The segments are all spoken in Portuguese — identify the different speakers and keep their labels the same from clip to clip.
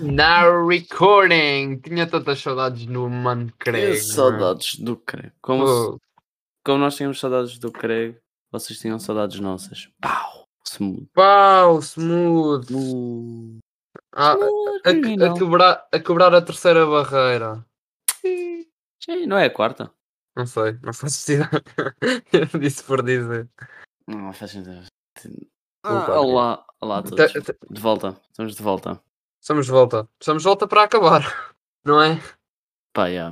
Speaker 1: Now recording! Tinha tantas saudades no Mano Craig.
Speaker 2: Eu saudades do Craig. Como,
Speaker 1: mano.
Speaker 2: como nós tínhamos saudades do Craig, vocês tinham saudades nossas. Pau! Smooth.
Speaker 1: Pau, smooth.
Speaker 2: Uh,
Speaker 1: Ah,
Speaker 2: smooth,
Speaker 1: a, a
Speaker 2: menino.
Speaker 1: quebrar, a quebrar a terceira barreira.
Speaker 2: Sim, Não é a quarta?
Speaker 1: Não sei, não faço ideia. Eu disse por dizer.
Speaker 2: Não, faz sentido.
Speaker 1: Ah, tá.
Speaker 2: Ah, olá, olá a todos.
Speaker 1: Te- te-
Speaker 2: De volta, estamos de volta.
Speaker 1: Estamos de volta. Estamos de volta para acabar. Não é?
Speaker 2: Pá, já.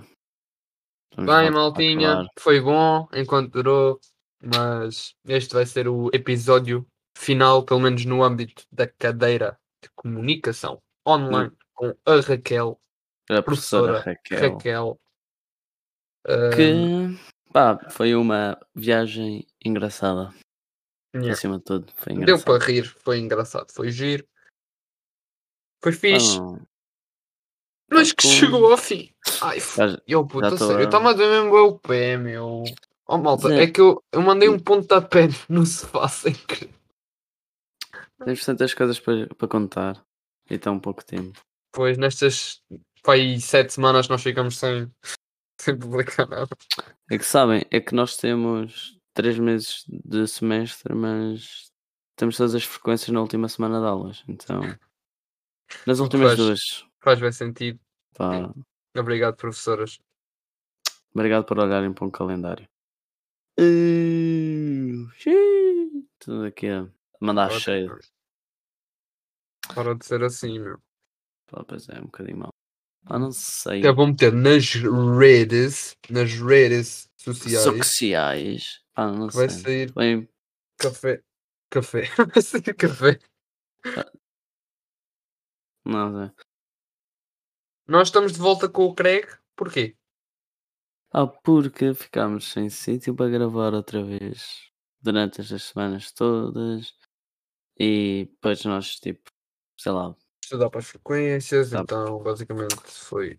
Speaker 2: Estamos de
Speaker 1: Bem,
Speaker 2: volta a
Speaker 1: maltinha.
Speaker 2: acabar.
Speaker 1: Foi bom enquanto durou. Mas este vai ser o episódio final, pelo menos no âmbito da cadeira de comunicação online com a Raquel
Speaker 2: A professora, Hum. Raquel.
Speaker 1: Raquel. Ah,
Speaker 2: Que, pá, foi uma viagem engraçada.
Speaker 1: yeah.
Speaker 2: Acima de tudo, foi
Speaker 1: É. Deu
Speaker 2: engraçado.
Speaker 1: para rir, foi engraçado, foi giro. Foi fixe,
Speaker 2: Ah, não.
Speaker 1: mas que
Speaker 2: com-
Speaker 1: chegou ao fim. Ai, f...
Speaker 2: Já-
Speaker 1: eu, puto,
Speaker 2: já
Speaker 1: a
Speaker 2: tô
Speaker 1: sério, eu
Speaker 2: a-
Speaker 1: estava a dizer mesmo bué o pé, meu. Oh, malta,
Speaker 2: Zé. Hum.
Speaker 1: é que eu, eu mandei um pontapé no sofá sem querer.
Speaker 2: Temos tantas coisas para, para contar e tão pouco tempo.
Speaker 1: Pois, nestas pai, sete semanas nós ficamos sem, sem publicar nada.
Speaker 2: É que sabem, é que nós temos três meses de semestre, mas temos todas as frequências na última semana de aulas. Então, nas últimas
Speaker 1: faz.
Speaker 2: duas,
Speaker 1: Faz bem sentido.
Speaker 2: pá,
Speaker 1: Obrigado, professoras.
Speaker 2: obrigado por olharem para um calendário. Uh, xiii, Tudo aqui a mandar
Speaker 1: Para-
Speaker 2: Tá cheio.
Speaker 1: Para de ser assim, meu.
Speaker 2: Pá, pois é, um bocadinho mal. Pá, não sei.
Speaker 1: Até vou meter nas redes, nas redes sociais.
Speaker 2: Sociais. Pá, não
Speaker 1: Vai
Speaker 2: sei.
Speaker 1: sair
Speaker 2: Bem,
Speaker 1: café. Café. Vai sair café.
Speaker 2: não sei.
Speaker 1: Nós estamos de volta com o Craig. Porquê?
Speaker 2: Ah, porque ficámos sem sítio para gravar outra vez durante estas semanas todas e depois nós, tipo, sei lá,
Speaker 1: Estudar para as frequências,
Speaker 2: Tá.
Speaker 1: então basicamente foi.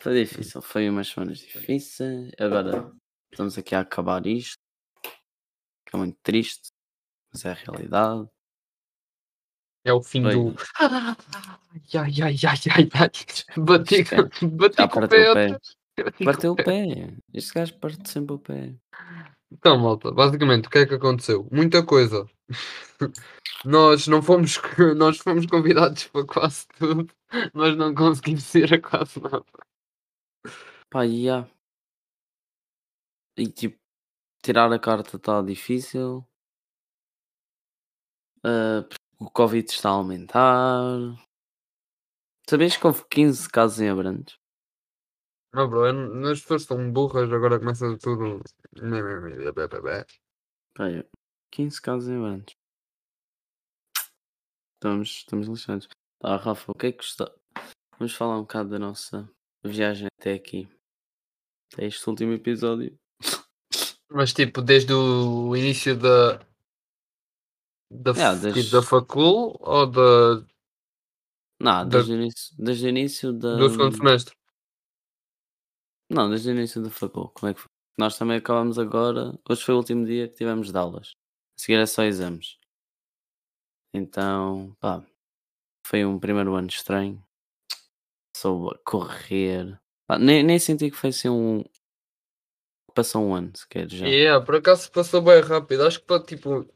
Speaker 2: foi difícil, foi umas semanas difíceis, agora estamos aqui a acabar isto, que é muito triste, mas é a realidade.
Speaker 1: É o fim
Speaker 2: Foi.
Speaker 1: do. Ai, ai, ai, ai, ai, ai. Bati,
Speaker 2: Esquece.
Speaker 1: bati
Speaker 2: Já
Speaker 1: com o
Speaker 2: Ah, partiu o pé.
Speaker 1: pé. Bati com
Speaker 2: Parteu
Speaker 1: o
Speaker 2: o pé, este gajo parte sempre o pé.
Speaker 1: Então, malta, basicamente, o que é que aconteceu? Muita coisa. Nós não fomos, nós fomos convidados para quase tudo, mas não conseguimos ir a quase nada.
Speaker 2: Pá, e há. E tipo, tirar a carta está difícil. Ah, porque o Covid está a aumentar. Sabias que houve 15 casos em Abrantes?
Speaker 1: Não, bro, eu não- as pessoas são burras, agora começa tudo.
Speaker 2: Pá, eu- 15 casos em Abrantes. Estamos, estamos lixados. Tá, Rafa, o que é que está? Vamos falar um bocado da nossa viagem até aqui. Até este último episódio.
Speaker 1: Mas tipo, desde o início da. Da,
Speaker 2: Ah,
Speaker 1: f- tipo,
Speaker 2: desde-
Speaker 1: da facul ou da,
Speaker 2: Não,
Speaker 1: Da-
Speaker 2: desde, o início, desde o início da.
Speaker 1: do segundo semestre?
Speaker 2: Não, desde o início da facul, como é que foi? Nós também acabamos agora, hoje foi o último dia que tivemos de aulas. A seguir é só exames. Então, pá, foi um primeiro ano estranho. Soube a correr. Pá, nem, nem senti que foi assim um... Passou um ano sequer já.
Speaker 1: Yeah, por acaso passou bem rápido. Acho que pa- tipo,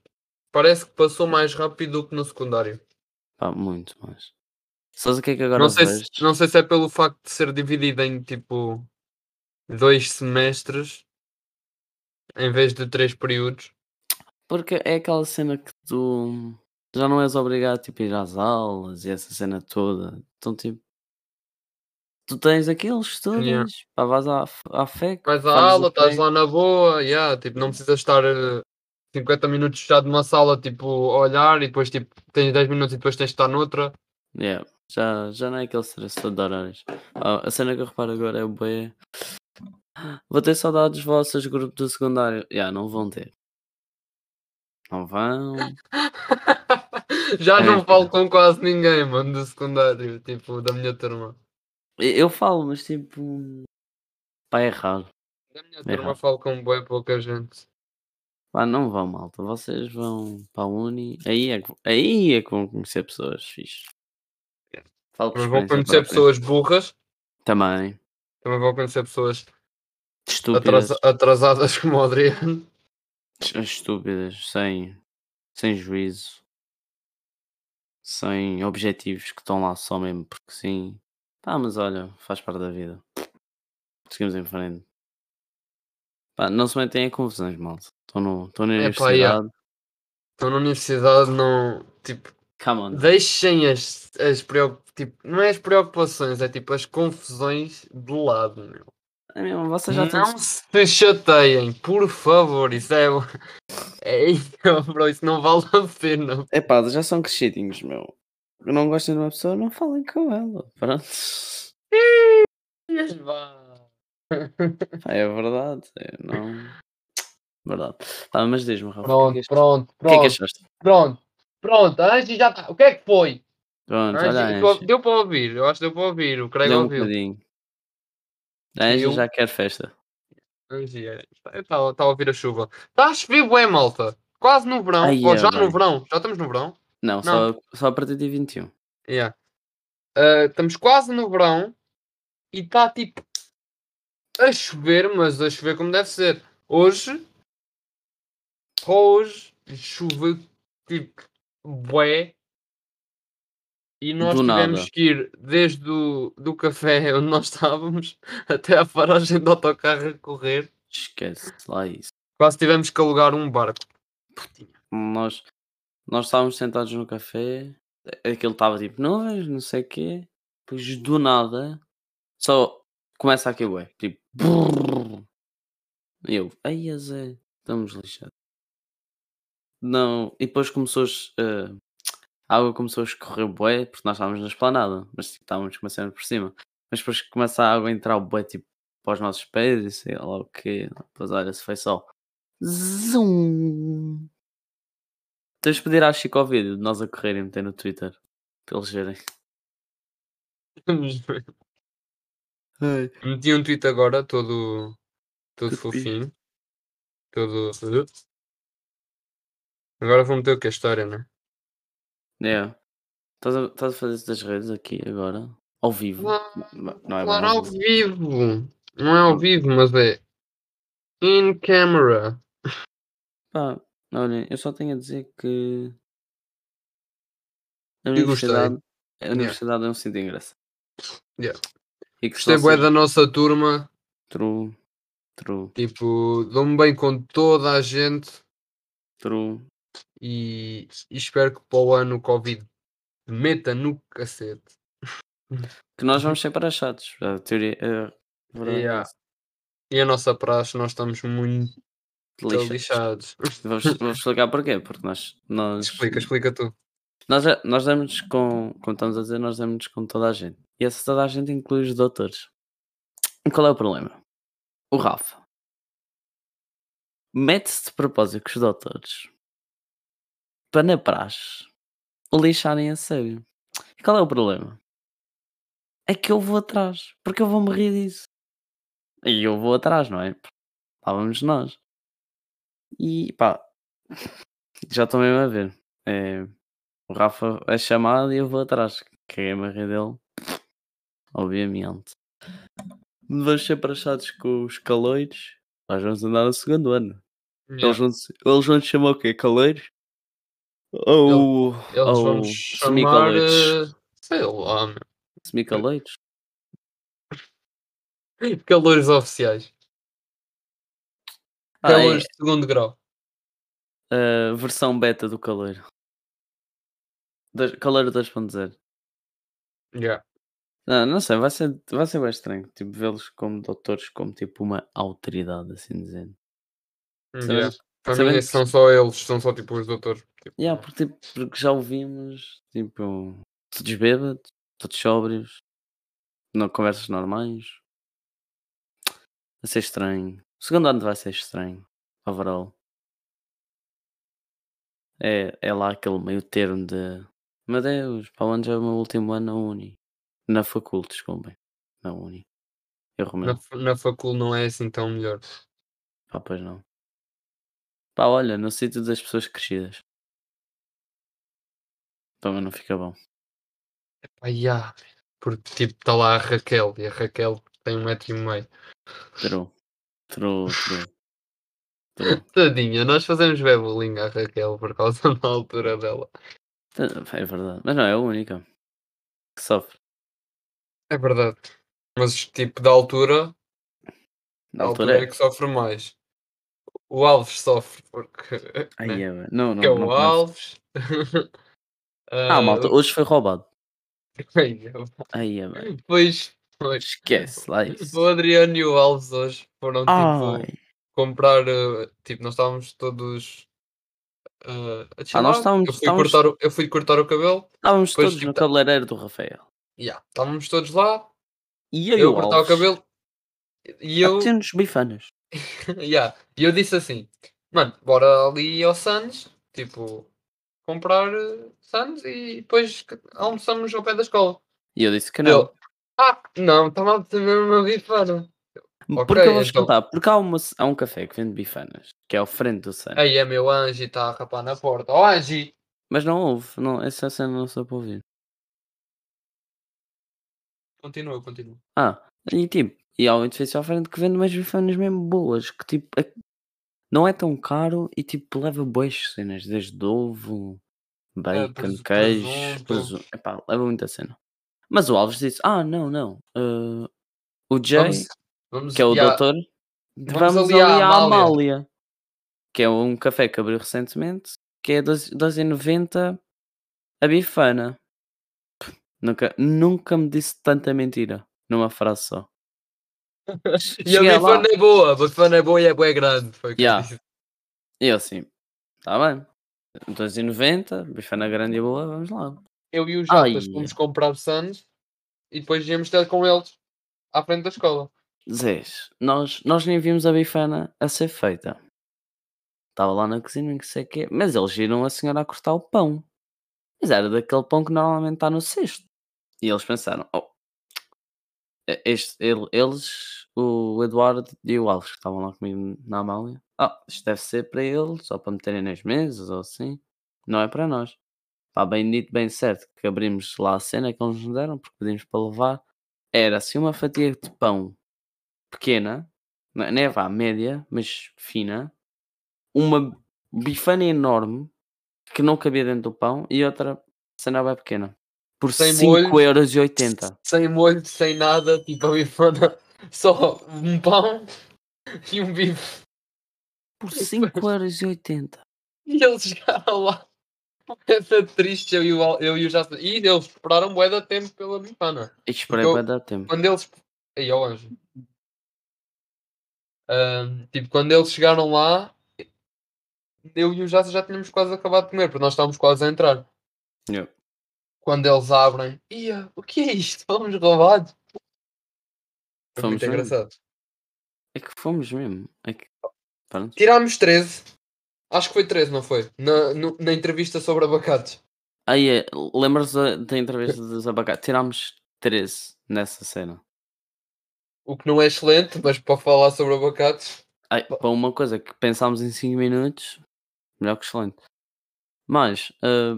Speaker 1: parece que passou mais rápido do que no secundário.
Speaker 2: Pá, muito mais. Sabes o que é que agora
Speaker 1: Não sei, se,
Speaker 2: vejo?
Speaker 1: não sei se é pelo facto de ser dividido em tipo dois semestres em vez de três períodos.
Speaker 2: Porque é aquela cena que tu já não és obrigado tipo, a ir às aulas e essa cena toda. Então, tipo, tu tens aqueles estudos,
Speaker 1: Yeah.
Speaker 2: pá, vais à, f- à FEC.
Speaker 1: Mas a
Speaker 2: fazes o
Speaker 1: aula, estás
Speaker 2: PEC,
Speaker 1: lá na boa, yeah, tipo, não precisas estar eh, 50 minutos já de uma sala tipo, a olhar e depois tipo, tens 10 minutos e depois tens de estar noutra.
Speaker 2: yeah, Já, já não é aquele stress todo de horários. Ah, a cena que eu reparo agora é o B. Vou ter saudades vossas, grupo do secundário. Yeah, não vão ter. Não vão.
Speaker 1: já
Speaker 2: É,
Speaker 1: não
Speaker 2: pá.
Speaker 1: falo com quase ninguém, mano, do secundário, tipo, da minha turma.
Speaker 2: Eu eu falo, mas tipo. Pá, é raro.
Speaker 1: Da minha
Speaker 2: É
Speaker 1: turma
Speaker 2: raro.
Speaker 1: falo com bem pouca gente.
Speaker 2: Pá, não vão, malta. Vocês vão para a Uni. Aí é que, aí é que vão conhecer pessoas fixe. Falo por
Speaker 1: Também vão
Speaker 2: experiência
Speaker 1: conhecer
Speaker 2: própria.
Speaker 1: pessoas burras,
Speaker 2: Também.
Speaker 1: também vão conhecer pessoas
Speaker 2: Estúpidas.
Speaker 1: atrasa- atrasadas como o Adriano.
Speaker 2: Estúpidas. Sem, sem juízo. Sem objetivos que estão lá só mesmo porque sim. Pá, mas olha, faz parte da vida. Seguimos em frente. Pá, não se metem em confusões, malta. Estão no- estão na
Speaker 1: É, pá,
Speaker 2: universidade.
Speaker 1: yeah. Estão Então, na universidade, não. Tipo,
Speaker 2: Come on.
Speaker 1: deixem as, as preocupações. Tipo, não é as preocupações, é tipo as confusões de lado, meu.
Speaker 2: É mesmo, vocês já estão
Speaker 1: não se chateiem, por favor, isso é. É isso, bro, isso não vale a pena.
Speaker 2: É pá, já são crescidinhos, meu. Eu não gostem de uma pessoa, não falem com ela. Pronto.
Speaker 1: Mas vá.
Speaker 2: Pá, é verdade. é, não. Verdade. Tá, mas diz-me, Rafa. o que é
Speaker 1: Pronto,
Speaker 2: que
Speaker 1: pronto,
Speaker 2: ach- O que é que
Speaker 1: pronto,
Speaker 2: achaste?
Speaker 1: pronto, pronto, a Angie já está. O que é que foi?
Speaker 2: Pronto,
Speaker 1: A
Speaker 2: olha,
Speaker 1: Angie-
Speaker 2: a
Speaker 1: deu-
Speaker 2: Angie.
Speaker 1: deu para ouvir, eu acho que deu para ouvir, o Craig
Speaker 2: Deu um
Speaker 1: ouviu.
Speaker 2: bocadinho. A Angie
Speaker 1: Eu?
Speaker 2: já quer festa.
Speaker 1: Está é, tá, a ouvir a chuva. Está a chover bué, malta. Quase no verão.
Speaker 2: Ai,
Speaker 1: ou
Speaker 2: é,
Speaker 1: já
Speaker 2: bem.
Speaker 1: no verão. Já estamos no verão.
Speaker 2: Não, só, só a partir de 21.
Speaker 1: Yeah. Ah, estamos quase no verão. E está tipo a chover, mas a chover como deve ser. Hoje. Hoje choveu tipo bué. E nós
Speaker 2: Do nada.
Speaker 1: tivemos que ir desde o do café onde nós estávamos até à paragem do autocarro a correr.
Speaker 2: Esquece lá isso.
Speaker 1: Quase tivemos que alugar um barco.
Speaker 2: Nós, nós estávamos sentados no café. Aquilo estava tipo nuvens, não sei o quê. Depois do nada, só começa aqui o Tipo, brrr. E eu, ai Zé, estamos lixados. Não, e depois começou a. A água começou a escorrer bué, porque nós estávamos na esplanada, mas tipo, estávamos começando por cima. Mas depois começa a água a entrar bué, tipo, para os nossos pés e sei lá o quê. Depois olha, se foi só. Zum! Tens de pedir à Chico ao vídeo de nós a correrem e meter no Twitter. Para eles verem.
Speaker 1: Vamos ver. Meti um tweet agora, todo, todo
Speaker 2: Que fixe.
Speaker 1: fofinho. Todo. Agora vou meter o que? A história, né?
Speaker 2: É. Estás a, estás a fazer isso das redes aqui agora? Ao vivo?
Speaker 1: Claro,
Speaker 2: Não, não é
Speaker 1: claro,
Speaker 2: bem
Speaker 1: ao
Speaker 2: ao vivo.
Speaker 1: vivo. Não é ao vivo, mas é. In camera.
Speaker 2: Pá, olha, eu só tenho a dizer que. A
Speaker 1: gostei.
Speaker 2: universidade, a universidade é um sítio engraçado.
Speaker 1: Yeah.
Speaker 2: E que
Speaker 1: Gostei
Speaker 2: se
Speaker 1: é bué
Speaker 2: vocês...
Speaker 1: da nossa turma.
Speaker 2: True, true,
Speaker 1: Tipo, dou-me bem com toda a gente.
Speaker 2: true.
Speaker 1: E, e espero que para o ano o Covid meta no cacete.
Speaker 2: Que nós vamos sempre achados. A teoria. A verdade é
Speaker 1: Uhum. Yeah.
Speaker 2: essa.
Speaker 1: E a nossa praxe, nós estamos muito
Speaker 2: Lixa.
Speaker 1: lixados.
Speaker 2: Vou, vou explicar porquê. Porque nós. nós
Speaker 1: Explica, explica tu.
Speaker 2: Nós, nós damos com, como estamos a dizer, nós damos com toda a gente. E essa toda a gente inclui os doutores. E qual é o problema? O Rafa mete-se de propósito com os doutores para na praxe o lixarem a sério. E qual é o problema? É que eu vou atrás, porque eu vou me rir disso. E eu vou atrás, não é? Lá vamos nós. E pá, já estou mesmo a ver. É, o Rafa é chamado e eu vou atrás. Caguei-me a rir dele. Obviamente. Vamos ser praxados com os caloiros. Nós vamos andar no segundo ano. Eles, vão, se- eles vão te chamar o quê? Caloiros? Ou.
Speaker 1: Eles
Speaker 2: ou
Speaker 1: vão chamar.
Speaker 2: semicaloides?
Speaker 1: eh, Sei lá, meu.
Speaker 2: Semicaloides?
Speaker 1: Calores oficiais.
Speaker 2: Ah, é,
Speaker 1: Calores de segundo grau.
Speaker 2: a versão beta do caloiro. Dois- Caloiro 2.0.
Speaker 1: Yeah.
Speaker 2: Não, não sei, vai ser, vai ser bem estranho. Tipo, vê-los como doutores, como tipo uma autoridade, assim dizendo.
Speaker 1: yeah.
Speaker 2: Sabes?
Speaker 1: Para
Speaker 2: sabendo
Speaker 1: mim,
Speaker 2: que-
Speaker 1: são só eles, são só tipo os doutores. Tipo,
Speaker 2: Yeah, porque, tipo, porque já ouvimos, tipo, todos bêbados, todos sóbrios, não conversas normais. Vai ser estranho. O segundo ano vai ser estranho, overall. É, é lá aquele meio termo de meu Deus, para onde é o meu último ano na Uni? Na faculdade, desculpem. Na Uni. Erro meu.
Speaker 1: na, fa- na facul não é assim tão melhor.
Speaker 2: Pá, Ah, pois não. Pá, olha, no sítio das pessoas crescidas. Também não fica bom.
Speaker 1: Epá, yeah, porque tipo, está lá a Raquel e a Raquel tem um metro e meio.
Speaker 2: True. True, true. True.
Speaker 1: Tadinha, nós fazemos bem bullying à Raquel por causa da altura dela.
Speaker 2: Tá- É verdade. Mas não é a única que sofre.
Speaker 1: É verdade. Mas tipo, da altura, da
Speaker 2: Na
Speaker 1: altura
Speaker 2: altura
Speaker 1: é
Speaker 2: é.
Speaker 1: que sofre mais. O Alves sofre porque.
Speaker 2: Ai,
Speaker 1: né?
Speaker 2: é, mano. não, não,
Speaker 1: Que é
Speaker 2: não
Speaker 1: o
Speaker 2: começa.
Speaker 1: Alves.
Speaker 2: Ah, malta, hoje foi roubado.
Speaker 1: Depois,
Speaker 2: Aí é, mano.
Speaker 1: depois.
Speaker 2: Esquece lá é isso.
Speaker 1: O Adriano e o Alves hoje foram tipo
Speaker 2: Ai.
Speaker 1: comprar. eh, Tipo, nós estávamos todos. eh, a chilar.
Speaker 2: Ah, estávamos-
Speaker 1: eu, fui
Speaker 2: estávamos-
Speaker 1: cortar o, eu fui cortar o cabelo.
Speaker 2: Estávamos
Speaker 1: Depois
Speaker 2: todos no
Speaker 1: tá-
Speaker 2: cabeleireiro do Rafael.
Speaker 1: Yeah, estávamos todos lá.
Speaker 2: E eu,
Speaker 1: Eu,
Speaker 2: e o
Speaker 1: cortar
Speaker 2: Alves, Ah,
Speaker 1: o cabelo. E eu,
Speaker 2: Temos bifanas.
Speaker 1: yeah, e eu disse assim: Mano, bora ali ao Sands. Tipo, comprar eh, Sands e depois almoçamos ao pé da escola.
Speaker 2: E eu disse que não.
Speaker 1: Eu, ah, não, estava a comer uma bifana.
Speaker 2: Porque
Speaker 1: ok,
Speaker 2: eu vou-vos
Speaker 1: então.
Speaker 2: contar. Porque há, uma, há um café que vende bifanas, que é ao frente do Santos.
Speaker 1: Aí é meu Anji, está a rapar na porta. Ó Anji!
Speaker 2: Mas não houve. Não, essa cena não sou para ouvir.
Speaker 1: Continua, continua.
Speaker 2: Ah, e tipo, e há um edifício à frente que vende umas bifanas mesmo boas, que tipo, é- não é tão caro e tipo, leva boas cenas, desde ovo, bacon,
Speaker 1: É, presu-
Speaker 2: queijo,
Speaker 1: presunto.
Speaker 2: presunto. Epá, leva muita cena. Mas o Alves disse: Ah, não, não. ah, o Jay,
Speaker 1: Vamos- Vamos
Speaker 2: que é o
Speaker 1: e há-
Speaker 2: doutor, vamos,
Speaker 1: vamos
Speaker 2: ali,
Speaker 1: ali à
Speaker 2: à Amália.
Speaker 1: Amália.
Speaker 2: que é um café que abriu recentemente, que é 12 12,90 a bifana. Pff, Nunca, nunca me disse tanta mentira numa frase só.
Speaker 1: E a
Speaker 2: Cheguei lá.
Speaker 1: bifana é boa, a bifana é boa e é bem grande. Foi o que eu
Speaker 2: Yeah.
Speaker 1: disse.
Speaker 2: E eu assim, tá bem. 12,90, bifana grande e boa, vamos lá.
Speaker 1: Eu e o
Speaker 2: Ai.
Speaker 1: Jotas fomos comprar Sands e depois íamos ter com eles à frente da escola.
Speaker 2: Zés, nós, nós nem vimos a bifana a ser feita. Estava lá na cozinha, não sei o quê, mas eles viram a senhora a cortar o pão. Mas era daquele pão que normalmente está no cesto. E eles pensaram, oh, eh, este, ele- eles, o Eduardo e o Alves, que estavam lá comigo na Amália, ah, isto deve ser para eles, só para meterem nas mesas ou assim, não é para nós. Está bem dito, bem certo, que abrimos lá a cena que eles nos deram, porque pedimos para levar. Era assim uma fatia de pão pequena, ne- não é vá, média, mas fina, uma bifana enorme que não cabia dentro do pão e outra cena bem pequena. Por
Speaker 1: Sem molho.
Speaker 2: 5,80€.
Speaker 1: Sem molho, sem nada, tipo a bifana, só um pão e um bife.
Speaker 2: Por 5,80€.
Speaker 1: E eles chegaram lá. Essa triste, eu e o, Al- eu e o Jason. E eles esperaram bué da tempo pela bifana.
Speaker 2: E esperei
Speaker 1: Então-
Speaker 2: para dar tempo.
Speaker 1: Quando eles. Aí, ó anjo. Ahm, tipo, quando eles chegaram lá, eu e o Jason já tínhamos quase acabado de comer, porque nós estávamos quase a entrar.
Speaker 2: Yeah.
Speaker 1: Quando eles abrem, ia, o que é isto? Fomos roubados. Foi
Speaker 2: Fomos
Speaker 1: muito
Speaker 2: mesmo.
Speaker 1: engraçado.
Speaker 2: É que fomos mesmo. É que... Pronto.
Speaker 1: Tirámos 13. Acho que foi 13, não foi? Na, no- na entrevista sobre abacates.
Speaker 2: Aí é, lembras da, da entrevista dos abacates? Tirámos 13 nessa cena.
Speaker 1: O que não é excelente, mas para falar sobre abacates.
Speaker 2: Ai, para uma coisa que pensámos em 5 minutos, melhor que excelente. Mas, ah,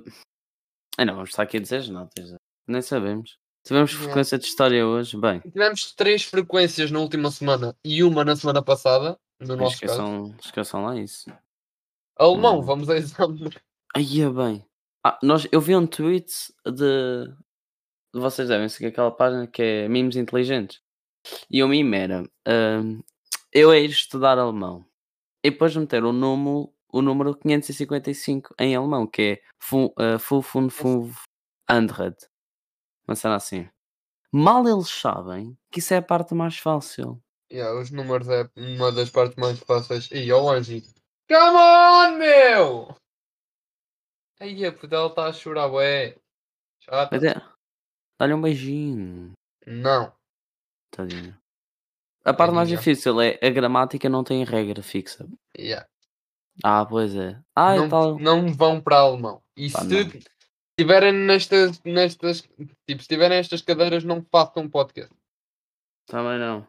Speaker 2: ai, não vamos estar aqui a dizer as notas. Nem sabemos. Tivemos
Speaker 1: Yeah.
Speaker 2: frequência de história hoje. Bem,
Speaker 1: Tivemos três frequências na última semana e uma na semana passada, no nosso caso.
Speaker 2: esqueçam, esqueçam lá isso.
Speaker 1: Alemão,
Speaker 2: Hum.
Speaker 1: vamos a exame.
Speaker 2: Aí é bem. Ah, nós, eu vi um tweet de. Vocês devem seguir aquela página que é Mimos Inteligentes. E o mime era. ahm, eu a ir estudar alemão. E depois meter o número, o número 555 em alemão, que é Fu ah, Fu Fun Fun Andred. Mas será assim. Mal eles sabem que isso é a parte mais fácil.
Speaker 1: Yeah, os números é uma das partes mais fáceis. E ao Anji. Come on, meu! Aí a pedal está a chorar, ué. Chata.
Speaker 2: Mas é- Dá-lhe um beijinho.
Speaker 1: Não.
Speaker 2: Tadinho. A parte mais
Speaker 1: Tadinho.
Speaker 2: difícil é a gramática não tem regra fixa.
Speaker 1: Yeah.
Speaker 2: Ah, pois é. Ah, e
Speaker 1: não,
Speaker 2: tal.
Speaker 1: não vão para alemão. E
Speaker 2: Pá,
Speaker 1: se
Speaker 2: não.
Speaker 1: tiverem nestas, nestas. Tipo, se tiverem estas cadeiras, não façam podcast.
Speaker 2: Também não.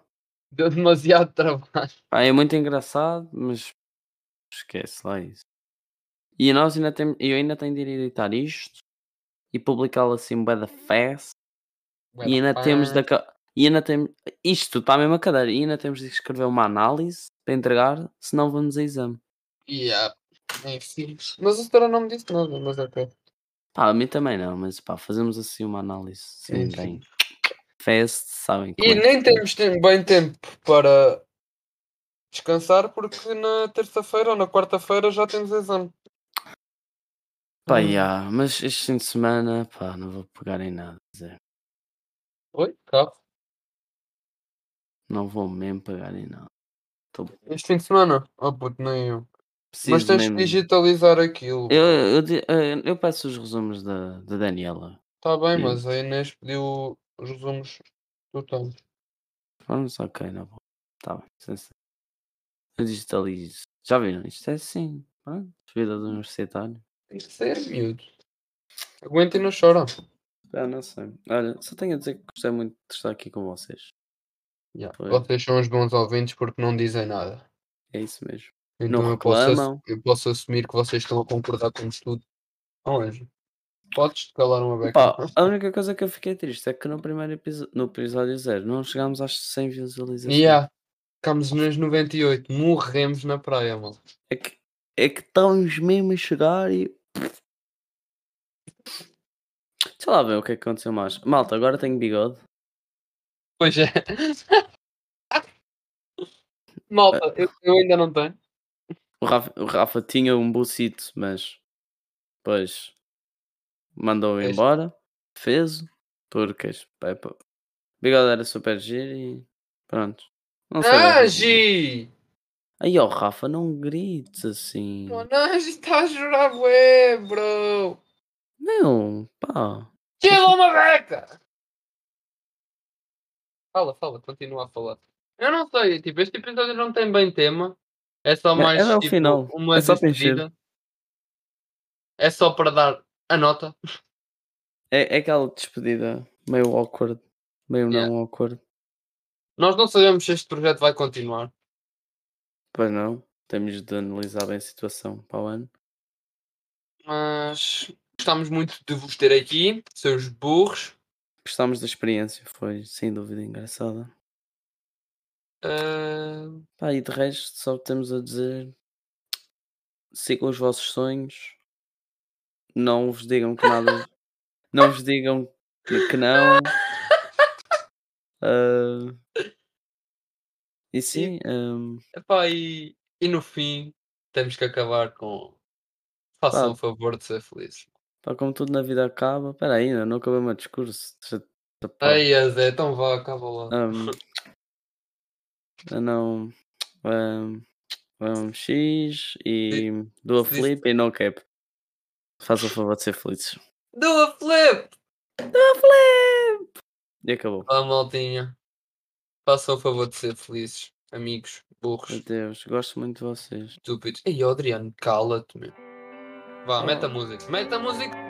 Speaker 1: Deu demasiado trabalho.
Speaker 2: Pá, é muito engraçado, mas esquece lá isso. E nós ainda temos. Eu ainda tenho de ir editar isto e publicá-lo assim bué da fast. E ainda temos da ca- e ainda temos isto está mesmo a cadeira e ainda temos de escrever uma análise para entregar, senão vamos a exame.
Speaker 1: Yeah. Enfim. Mas a senhora não me disse nada, mas é ok.
Speaker 2: Pá, a mim também não, mas pá, fazemos assim uma análise. Sim,
Speaker 1: Sim,
Speaker 2: bem. Fest, sabem como
Speaker 1: E
Speaker 2: é que
Speaker 1: nem
Speaker 2: é.
Speaker 1: temos tem- bem tempo para descansar, porque na terça-feira ou na quarta-feira já temos exame. Hum.
Speaker 2: Pá, já, mas este fim de semana, pá, não vou pegar em nada. quer dizer,
Speaker 1: Oi, carro.
Speaker 2: Não vou mesmo pegar em nada.
Speaker 1: Este fim de semana? Oh puto, nem eu. Mas
Speaker 2: Preciso
Speaker 1: tens
Speaker 2: mesmo.
Speaker 1: que digitalizar aquilo.
Speaker 2: Eu, eu, di- eh, eu peço os resumos da, da Daniela.
Speaker 1: Está Tá bem,
Speaker 2: eu-
Speaker 1: mas a Inês pediu os resumos do Tom.
Speaker 2: Vamos, ok, na boa. Tá bem, sem ser. Eu digitalizo. Já viram? Isto é assim. Pronto, vida do universitário.
Speaker 1: Isto é miúdo. Aguenta e não chora.
Speaker 2: Ah, não sei. Olha, só tenho a dizer que gostei muito de estar aqui com vocês.
Speaker 1: Yeah.
Speaker 2: Foi.
Speaker 1: Vocês são os bons ouvintes porque não dizem nada.
Speaker 2: É isso mesmo.
Speaker 1: Então
Speaker 2: Não
Speaker 1: eu, posso ass-
Speaker 2: reclamam.
Speaker 1: eu posso assumir que vocês estão a concordar com isto tudo. Não, Anjo. Podes te calar uma beca.
Speaker 2: Pá, a única coisa que eu fiquei triste é que no primeiro episódio, no episódio zero, não chegámos às 100 visualizações.
Speaker 1: Yeah. Ficámos nos 98. Morremos na praia, mano.
Speaker 2: É, que, é que estamos mesmo a chegar e. Deixa lá ver o que é que aconteceu mais. Malta, agora tenho bigode.
Speaker 1: Pois é. Malta, eu, eu ainda não tenho.
Speaker 2: O Rafa, o Rafa tinha um bucito, mas depois mandou
Speaker 1: Fez.
Speaker 2: embora, fez porque es- pá, pá, o bigode era super giro e pronto. Não sei bem o que
Speaker 1: Ah,
Speaker 2: dizer.
Speaker 1: Gi!
Speaker 2: Aí ó Rafa, não grites assim.
Speaker 1: Oh, Não, Gi, está a jurar, ué, bro!
Speaker 2: Não, pá.
Speaker 1: Tira uma beca! Fala, fala, continua a falar. Eu não sei, tipo, este episódio não tem bem tema. É só
Speaker 2: É-
Speaker 1: mais
Speaker 2: é o
Speaker 1: tipo,
Speaker 2: final,
Speaker 1: uma
Speaker 2: é só para encher.
Speaker 1: despedida. É só para dar a nota.
Speaker 2: É, é aquela despedida meio awkward, meio
Speaker 1: Yeah.
Speaker 2: não awkward.
Speaker 1: Nós não sabemos se este projeto vai continuar.
Speaker 2: Pois não, temos de analisar bem a situação para o ano.
Speaker 1: mas gostamos muito de vos ter aqui, seus burros.
Speaker 2: Gostámos da experiência, foi sem dúvida engraçada.
Speaker 1: Ah,
Speaker 2: Pá, e de resto, só temos a dizer: sigam os vossos sonhos, não vos digam que nada, não vos digam que que não. ah, e sim, ah, ahm,
Speaker 1: epá, e, e no fim, temos que acabar com. Façam
Speaker 2: Pá.
Speaker 1: o favor de ser felizes.
Speaker 2: pá, como tudo na vida acaba. Espera aí, ainda não acabei o meu discurso. deixa- deixa- pá.
Speaker 1: Ai, a Zé, então vá, acaba lá.
Speaker 2: Ahm, eu não. ahm, ahm, X e do a
Speaker 1: se disse-
Speaker 2: flip e no cap. Faça o favor de ser felizes.
Speaker 1: Do a flip!
Speaker 2: E acabou.
Speaker 1: Vá, maltinha. Façam o favor de ser felizes, amigos, burros,
Speaker 2: Meu Deus, gosto muito de vocês.
Speaker 1: estúpidos. Ei, ó, Adriano, cala-te, meu. Vá,
Speaker 2: Ah.
Speaker 1: meta a música. Meta a música!